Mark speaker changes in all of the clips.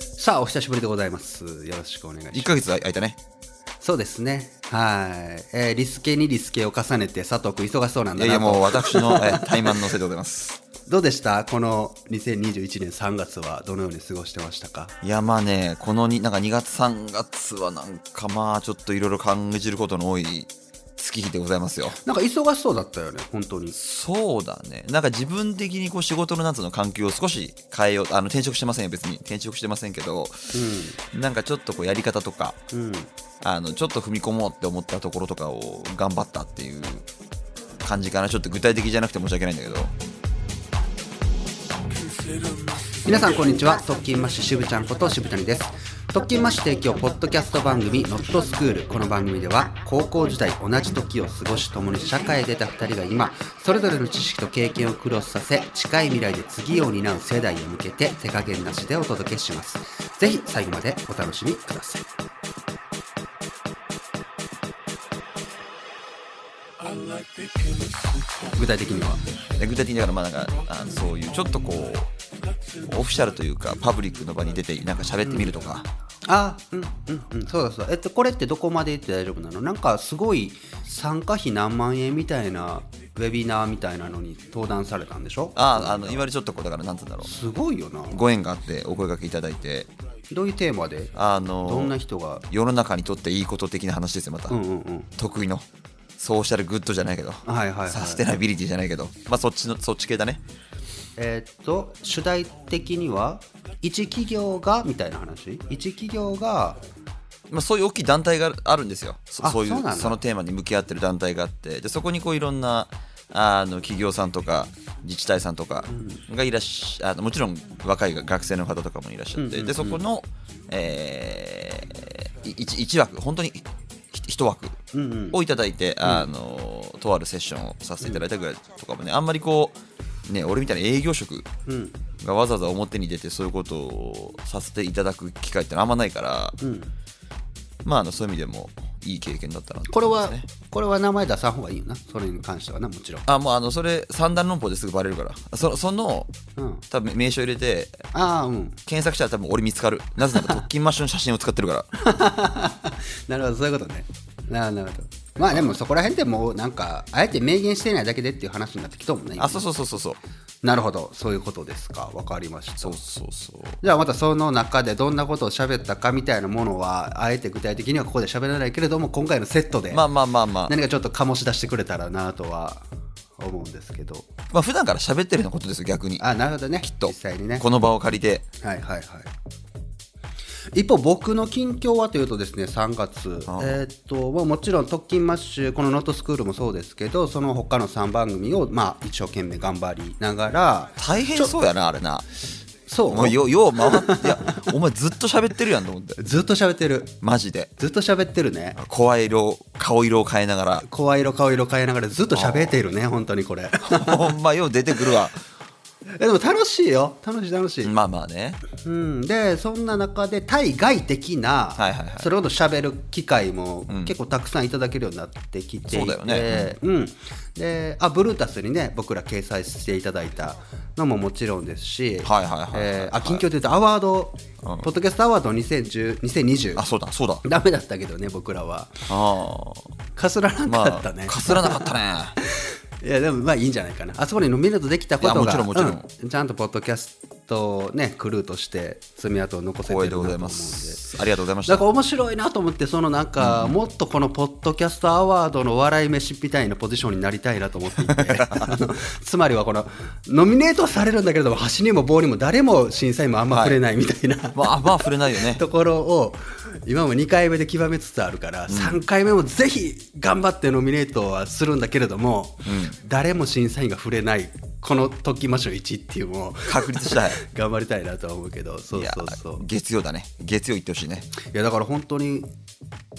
Speaker 1: さあ、お久しぶりでございます。よろしくお願いします
Speaker 2: 1。ヶ月空いたね。
Speaker 1: そうですね。はい。えーリスケにリスケを重ねて、佐藤君忙しそうなん
Speaker 2: い
Speaker 1: だない
Speaker 2: や
Speaker 1: と。
Speaker 2: や、もう私のえー怠慢のせいでございます。
Speaker 1: どうでしたこの2021年3月はどのように過ごしてましたか
Speaker 2: いや、まあね、このになんか2月、3月はなんかまあ、ちょっといろいろ感じることの多い月日でございますよ。
Speaker 1: なんか忙しそうだったよね、本当に。
Speaker 2: そうだね。なんか自分的にこう仕事のなんつうの環境を少し変えよう。あの、転職してませんよ、別に。転職してませんけど、なんかちょっとこうやり方とか、
Speaker 1: うん。うん。
Speaker 2: あの、ちょっと踏み込もうって思ったところとかを頑張ったっていう感じかな。ちょっと具体的じゃなくて申し訳ないんだけど。
Speaker 1: 皆さんこんにちは特勤マッシュしぶちゃんこと渋谷です特勤マッシュ提供ポッドキャスト番組「ノットスクール」この番組では高校時代同じ時を過ごし共に社会へ出た2人が今それぞれの知識と経験をクロスさせ近い未来で次を担う世代へ向けて手加減なしでお届けしますぜひ最後までお楽しみください具体的には
Speaker 2: で具体的にだからまあなんかあのそういうちょっとこうオフィシャルというかパブリックの場に出てなんか喋ってみるとか、
Speaker 1: あうんうんうんそうだそうだえっとこれってどこまで行って大丈夫なのなんかすごい参加費何万円みたいなウェビナーみたいなのに登壇されたんでしょ
Speaker 2: あああのいわゆるちょっとこうだからなんつうんだろ
Speaker 1: すごいよな
Speaker 2: うご縁があってお声掛けいただいて
Speaker 1: どういうテーマで
Speaker 2: あの
Speaker 1: どんな人が
Speaker 2: 世の中にとっていいこと的な話ですよまた、
Speaker 1: うんうんうん
Speaker 2: 得意のソーシャルグッドじゃないけど、
Speaker 1: はいはい、はい、
Speaker 2: サステナビリティじゃないけどまあそっちのそっち系だね
Speaker 1: えーっと主題的には一企業がみたいな話一企業が
Speaker 2: まあ、そういう大きい団体があるんですよ、そ
Speaker 1: あ
Speaker 2: そうい
Speaker 1: そう
Speaker 2: う
Speaker 1: なんだ
Speaker 2: そのテーマに向き合ってる団体があって、でそこにこういろんなあの企業さんとか自治体さんとかがいらっしゃあのもちろん若い学生の方とかもいらっしゃって、
Speaker 1: うんうんうん
Speaker 2: でそこの、えー、1, 枠、本当に1枠
Speaker 1: うんうん
Speaker 2: をいただいて、あの、とあるセッションをさせていただいたぐらいとかもね、あんまりこう、ね、俺みたいな営業職
Speaker 1: うん
Speaker 2: がわざわざ表に出てそういうことをさせていただく機会ってのはあんまないから。
Speaker 1: うん
Speaker 2: まあ、あのそういう意味でもいい経験だったなと
Speaker 1: これは、
Speaker 2: 思いますね
Speaker 1: これは名前出さん方がいいよなそれに関してはなもちろん
Speaker 2: あもうあのそれ三段論法ですぐバレるからそその
Speaker 1: うん
Speaker 2: 多分名称入れて
Speaker 1: ああうん
Speaker 2: 検索したら多分俺見つかるなぜなら特勤マッシュの写真を使って るから
Speaker 1: なるほどそういうことねななるほどまあでもそこら辺でもうなんかあえて明言してないだけでっていう話になってきたもんね
Speaker 2: あそう
Speaker 1: う
Speaker 2: そうそうそうそう
Speaker 1: なるほどそういうことですかわかりました
Speaker 2: そうそうそう
Speaker 1: じゃあまたその中でどんなことを喋ったかみたいなものはあえて具体的にはここで喋らないけれども今回のセットで
Speaker 2: まあまあまあまあ、
Speaker 1: 何かちょっと醸し出してくれたらなとは思うんですけど
Speaker 2: まあ普段から喋ってるようなことですよ逆に
Speaker 1: あなるほどねきっ
Speaker 2: と
Speaker 1: 実際にね
Speaker 2: この場を借りて
Speaker 1: はいはいはい一方僕の近況はというとですね3月
Speaker 2: ああ
Speaker 1: えーっとまあもちろん「特勤マッシュ」この「ノートスクール」もそうですけどその他の3番組をまあ一生懸命頑張りながら
Speaker 2: 大変そうやなあれな
Speaker 1: そう
Speaker 2: もうよよう回っていやお前ずっと喋ってるやんと思って
Speaker 1: ずっと喋ってる
Speaker 2: マジで
Speaker 1: ずっと喋ってるね
Speaker 2: 声色顔色を変えなが ら
Speaker 1: 声色顔色変えながらずっと喋っているね本当にこれ
Speaker 2: ほんまよう出てくるわ
Speaker 1: えでも楽しいよ楽しい楽しい、
Speaker 2: まあまあね
Speaker 1: うん、でそんな中で対外的な、
Speaker 2: はいはいはい
Speaker 1: それほど喋る機会も
Speaker 2: ん
Speaker 1: 結構たくさんいただけるようになってきていて、
Speaker 2: そうだよね
Speaker 1: うんであブルータスにね僕ら掲載していただいたのももちろんですし、
Speaker 2: はいはいはいはい
Speaker 1: えー
Speaker 2: は
Speaker 1: あ
Speaker 2: い
Speaker 1: 近況で言うとアワード、
Speaker 2: うん
Speaker 1: ポッドキャストアワード2010 2020
Speaker 2: あそうだそうだ
Speaker 1: ダメだったけどね僕らは
Speaker 2: あ
Speaker 1: かすらな
Speaker 2: あま
Speaker 1: か
Speaker 2: あ
Speaker 1: ったね、
Speaker 2: かすらなかったね
Speaker 1: いやでもまあいいんじゃないかなあそこにノミネートできたことが
Speaker 2: いやもちろんもちろん
Speaker 1: うちゃんとポッドキャストをねクルーとして爪痕を残せてる
Speaker 2: 光栄
Speaker 1: なと
Speaker 2: でご
Speaker 1: 思う
Speaker 2: ざい
Speaker 1: んで
Speaker 2: ますありがとうございまし
Speaker 1: な
Speaker 2: た
Speaker 1: んか面白いなと思ってそのなんか、もっとこのポッドキャストアワードの笑い飯みたいなポジションになりたいなと思って いてあのつまりはこのノミネートはされるんだけれども箸にも棒にも誰も審査員もあんま触れないみたいな、
Speaker 2: まあまあ触れないよね
Speaker 1: ところを今も2回目で極めつつあるから、3回目もぜひ頑張ってノミネートはするんだけれども、誰も審査員が触れないこの「時マッシュ1」っていうのを
Speaker 2: 確 立したい
Speaker 1: 頑張りたいなとは思うけどそう
Speaker 2: いや
Speaker 1: そうそう
Speaker 2: 月曜だね月曜行ってほしいね
Speaker 1: いやだから本当に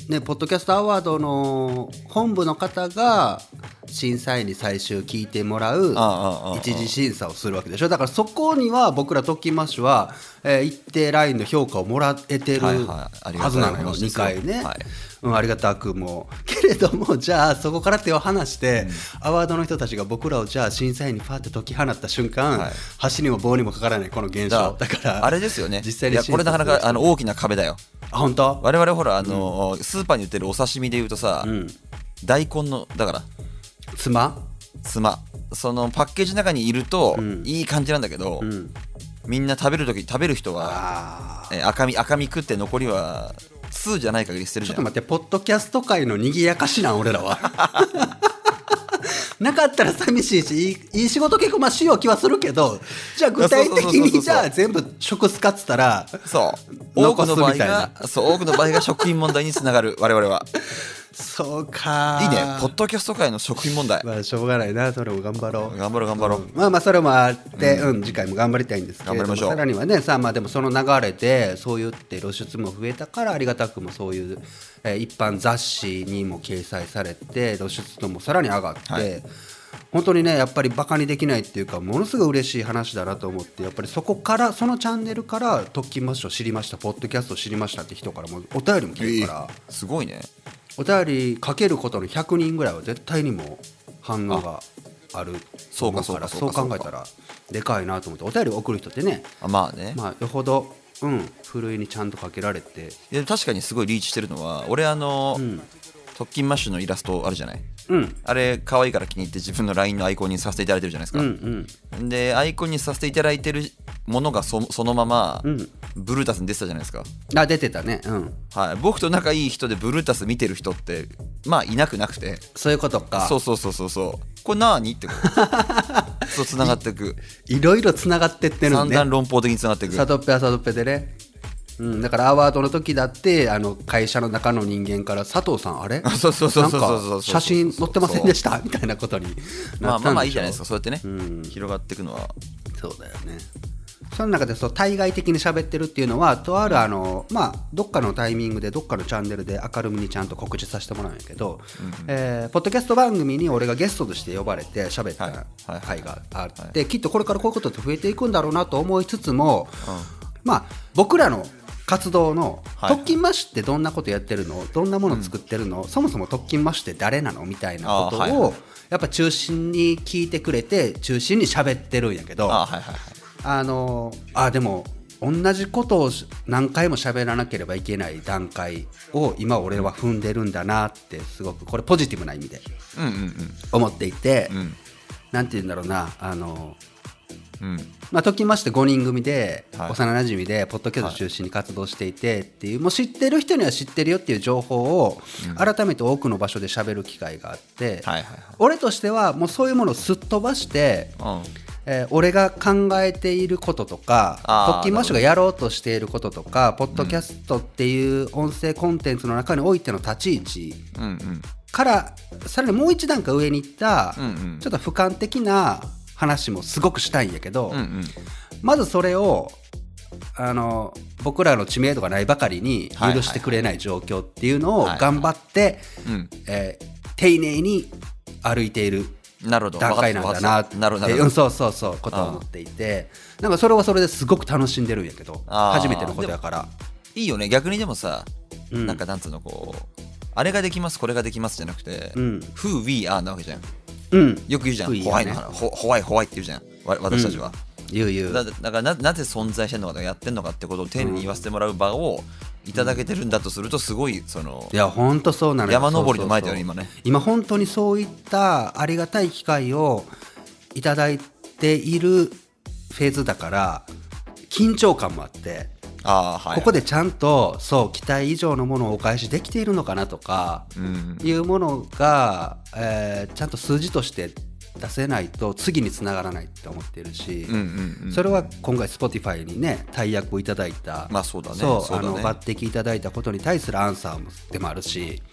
Speaker 1: ね、ポッドキャストアワードの本部の方が審査員に最終聞いてもらう
Speaker 2: ああああああ
Speaker 1: 一次審査をするわけでしょだからそこには僕らトキマッシュは、えー一定ラインの評価をもらえてる
Speaker 2: はいはいありが
Speaker 1: は
Speaker 2: た
Speaker 1: いずなのよ、
Speaker 2: 話で
Speaker 1: 2
Speaker 2: すよ
Speaker 1: 回ね、
Speaker 2: はい
Speaker 1: うん、ありがたくもけれどもじゃあそこから手を離して、アワードの人たちが僕らをじゃあ審査員にファーって解き放った瞬間、
Speaker 2: はい
Speaker 1: 箸にも棒にもかからないこの現象だから
Speaker 2: あれですよね
Speaker 1: 実際
Speaker 2: い
Speaker 1: に
Speaker 2: やこれなかな
Speaker 1: 審査する
Speaker 2: かあの大きな壁だよ
Speaker 1: あ本当
Speaker 2: 我々ほらあの、スーパーに売ってるお刺身でいうとさ、
Speaker 1: ん
Speaker 2: 大根のだから
Speaker 1: 妻
Speaker 2: つまそのパッケージの中にいると、
Speaker 1: うん
Speaker 2: いい感じなんだけど、
Speaker 1: うん
Speaker 2: みんな食べる時食べる人は、
Speaker 1: ああ
Speaker 2: えー赤身赤身食って残りは2じゃない限り捨てる
Speaker 1: ち
Speaker 2: じ
Speaker 1: ょっ
Speaker 2: ゃ
Speaker 1: と
Speaker 2: ん
Speaker 1: 待ってポッドキャスト界の賑やかしなん俺らは なかったら寂しいしいいいい仕事結構まあしよう気はするけどじゃあ具体的
Speaker 2: そうそうそうそうそ
Speaker 1: に
Speaker 2: う
Speaker 1: じゃあ全部食使ってたら
Speaker 2: そう多
Speaker 1: 残
Speaker 2: く
Speaker 1: す
Speaker 2: の場合
Speaker 1: みたいな
Speaker 2: がそう多くの場合が食品問題につながる我々は
Speaker 1: そうか
Speaker 2: いいねポッドキャスト界の食品問題
Speaker 1: まあしょうがないなそれも頑張ろう
Speaker 2: 頑張ろう頑張ろう、
Speaker 1: まあまあそれもあって、うん次回も頑張りたいんですけれど
Speaker 2: 頑張
Speaker 1: も
Speaker 2: りましょう
Speaker 1: さらにはねさあまあでもその流れでそう言って露出も増えたからありがたくもそういう、えー一般雑誌にも掲載されて露出度もさらに上がって、
Speaker 2: はい
Speaker 1: 本当にねやっぱりバカにできないっていうかものすごい嬉しい話だなと思ってやっぱりそこからそのチャンネルから「特訓マッシュ」を知りました「ポッドキャストを知りました」って人からもお便りも来てるから、
Speaker 2: すごいね
Speaker 1: お便りかけることの100人ぐらいは絶対にもう反応がある
Speaker 2: そうかそう
Speaker 1: ら
Speaker 2: か
Speaker 1: そ
Speaker 2: そううか
Speaker 1: 考えたらでかいなと思ってお便り送る人ってね
Speaker 2: あまあね、
Speaker 1: まあよほどうんふるいにちゃんとかけられて
Speaker 2: いや確かにすごいリーチしてるのは俺あの、
Speaker 1: ん
Speaker 2: 特勤マッシュのイラストあるじゃない
Speaker 1: うん
Speaker 2: あれ可愛いから気に入って自分の LINE のアイコンにさせていただいてるじゃないです
Speaker 1: う
Speaker 2: か、
Speaker 1: ん
Speaker 2: でアイコンにさせていただいてるものがそそのまま、
Speaker 1: うん
Speaker 2: ブルータスに出てたじゃないですか、
Speaker 1: うんあ出てたねうん
Speaker 2: はい、僕と仲いい人でブルータス見てる人ってまあいなくなくて
Speaker 1: そういうことか
Speaker 2: そうそうそうそうそうこれ何ってこと そうつながっていく
Speaker 1: いろいろつながってってる
Speaker 2: 三
Speaker 1: んね
Speaker 2: 段論法的につながっていく
Speaker 1: サドッペはサドッペでねうん、だからアワードの時だってあの会社の中の人間から佐藤さんあれ
Speaker 2: そうそうそうそうそうそうそう
Speaker 1: なんか写真載ってませんでしたみたいなことに
Speaker 2: ま
Speaker 1: な
Speaker 2: あ
Speaker 1: っ
Speaker 2: ま
Speaker 1: たんでしょ
Speaker 2: あまあいいじゃないですかそうやってね、広がっていくのは
Speaker 1: そうだよねその中でそう対外的に喋ってるっていうのはとあるあの、まあ、どっかのタイミングでどっかのチャンネルで明るみにちゃんと告知させてもらうんやけど、えーポッドキャスト番組に俺がゲストとして呼ばれて喋っ
Speaker 2: はいはいは
Speaker 1: た
Speaker 2: い
Speaker 1: 回があって、きっとこれからこういうことって増えていくんだろうなと思いつつも、まあ、僕らの活動の
Speaker 2: はい
Speaker 1: 特勤マッシュってどんなことやってるのどんなもの作ってるの、そもそも特勤マッシュって誰なのみたいなことを、
Speaker 2: あーはいは
Speaker 1: やっぱ中心に聞いてくれて中心に喋ってるんやけど。
Speaker 2: あはいはいはい
Speaker 1: あのあでも同じことをし何回も喋らなければいけない段階を今俺は踏んでるんだなってすごくこれポジティブな意味で
Speaker 2: うんうん
Speaker 1: 思っていて、
Speaker 2: うん
Speaker 1: なんて言うんだろうなあの
Speaker 2: うんうん
Speaker 1: まあ、ときまして5人組で、
Speaker 2: はい
Speaker 1: 幼なじみでポッドキャスト中心に活動していてっていう、もう知ってる人には知ってるよっていう情報を改めて多くの場所で喋る機会があって、
Speaker 2: はいはい
Speaker 1: 俺としてはもうそういうものをすっ飛ばして、
Speaker 2: はいうん
Speaker 1: えー俺が考えていることとか
Speaker 2: あー
Speaker 1: 特訓マッシュがやろうとしていることとかポッドキャストっていう音声コンテンツの中においての立ち位置
Speaker 2: うんうん
Speaker 1: からさらにもう一段階上に行った、
Speaker 2: うんうん
Speaker 1: ちょっと俯瞰的な話もすごくしたいんやけど、
Speaker 2: うんうん
Speaker 1: まずそれをあの僕らの知名度がないばかりに
Speaker 2: はいはい
Speaker 1: 許してくれない状況っていうのを
Speaker 2: はいはい
Speaker 1: 頑張って、
Speaker 2: うん
Speaker 1: えー丁寧に歩いている
Speaker 2: なるほど
Speaker 1: 段階なんだなって
Speaker 2: なるほどなる
Speaker 1: う
Speaker 2: ほ
Speaker 1: ん
Speaker 2: ど
Speaker 1: そうそうそうことを思っていてなんかそれはそれですごく楽しんでるんやけど
Speaker 2: あー
Speaker 1: 初めてのことやから
Speaker 2: いいよね逆にでもさ、
Speaker 1: うん
Speaker 2: なんかなんつうのこうあれができますこれができますじゃなくて、
Speaker 1: うん
Speaker 2: Who we are なわけじゃん
Speaker 1: うん
Speaker 2: よく言うじゃん、
Speaker 1: Who we are
Speaker 2: 怖い
Speaker 1: ね
Speaker 2: の話ほ怖い怖いって言うじゃんわ私たちは、
Speaker 1: ゆうゆう
Speaker 2: だだからななぜ存在してんのかやってんのかってことを丁寧に言わせてもらう場をいただけてるんだとするとすごいその
Speaker 1: いや本当そうなのよ
Speaker 2: 山登りの前だよ
Speaker 1: そ
Speaker 2: ね
Speaker 1: うそうそう
Speaker 2: 今ね
Speaker 1: 今本当にそういったありがたい機会をいただいているフェーズだから緊張感もあって
Speaker 2: ああはい
Speaker 1: ここでちゃんとそう期待以上のものをお返しできているのかなとか
Speaker 2: うん
Speaker 1: いうものが、えーちゃんと数字として出せないと次につながらないって思ってるし、
Speaker 2: うんうんうん
Speaker 1: それは今回 Spotify にね大役をいただいた、
Speaker 2: まあそうだね
Speaker 1: そう
Speaker 2: そうだね
Speaker 1: あの抜擢いただいたことに対するアンサーでもあるし、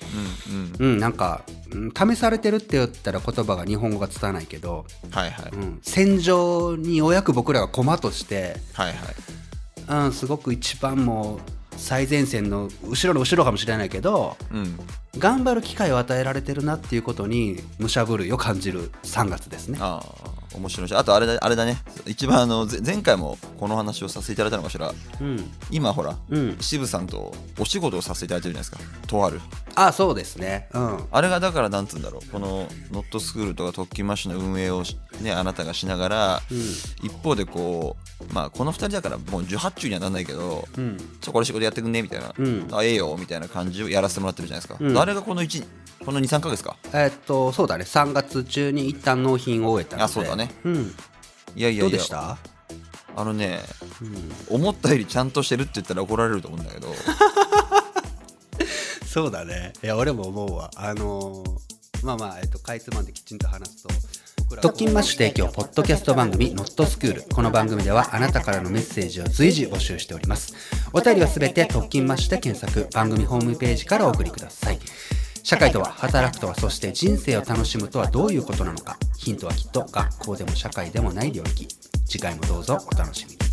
Speaker 2: うんうん
Speaker 1: うん、なんか、うん試されてるって言ったら言葉が日本語が伝わないけど、
Speaker 2: はいはい、
Speaker 1: うん、戦場にようやく僕らが駒として、
Speaker 2: はいはい
Speaker 1: うん、すごく一番もう最前線の後ろの後ろかもしれないけど
Speaker 2: うん、
Speaker 1: 頑張る機会を与えられてるなっていうことにむしゃぶるを感じる3月ですね。
Speaker 2: ああ面白いしあとあれだあれだね一番あのぜ前回もこの話をさせていただいたのかしら
Speaker 1: うん、
Speaker 2: 今ほら
Speaker 1: うん、
Speaker 2: 渋さんとお仕事をさせていただいてるじゃないですかとある
Speaker 1: あそうですね。うん
Speaker 2: あれがだからなんつうんだろうこのノットスクールとか特訓マッシュの運営をしねあなたがしながら、一方でこうまあこの2人だからもう18中にはなんないけど、
Speaker 1: うん
Speaker 2: ちょこれ仕事やってくんねみたいな、
Speaker 1: うん
Speaker 2: あええよみたいな感じをやらせてもらってるじゃないですか、
Speaker 1: うん
Speaker 2: あれがこの1この23か月か
Speaker 1: えーっとそうだね3月中に一旦納品を終えたので
Speaker 2: あそうだね、
Speaker 1: うん、
Speaker 2: いやいやいや
Speaker 1: どうでした
Speaker 2: あのね
Speaker 1: うん
Speaker 2: 思ったよりちゃんとしてるって言ったら怒られると思うんだけど
Speaker 1: そうだねいや俺も思うわあのーまあまあ、えっと、かいつまんできちんと話すと特勤マッシュ提供ポッドキャスト番組「ノットスクールこの番組ではあなたからのメッセージを随時募集しておりますお便りはすべて特勤マッシュで検索番組ホームページからお送りください社会とは働くとはそして人生を楽しむとはどういうことなのかヒントはきっと学校でも社会でもない領域次回もどうぞお楽しみに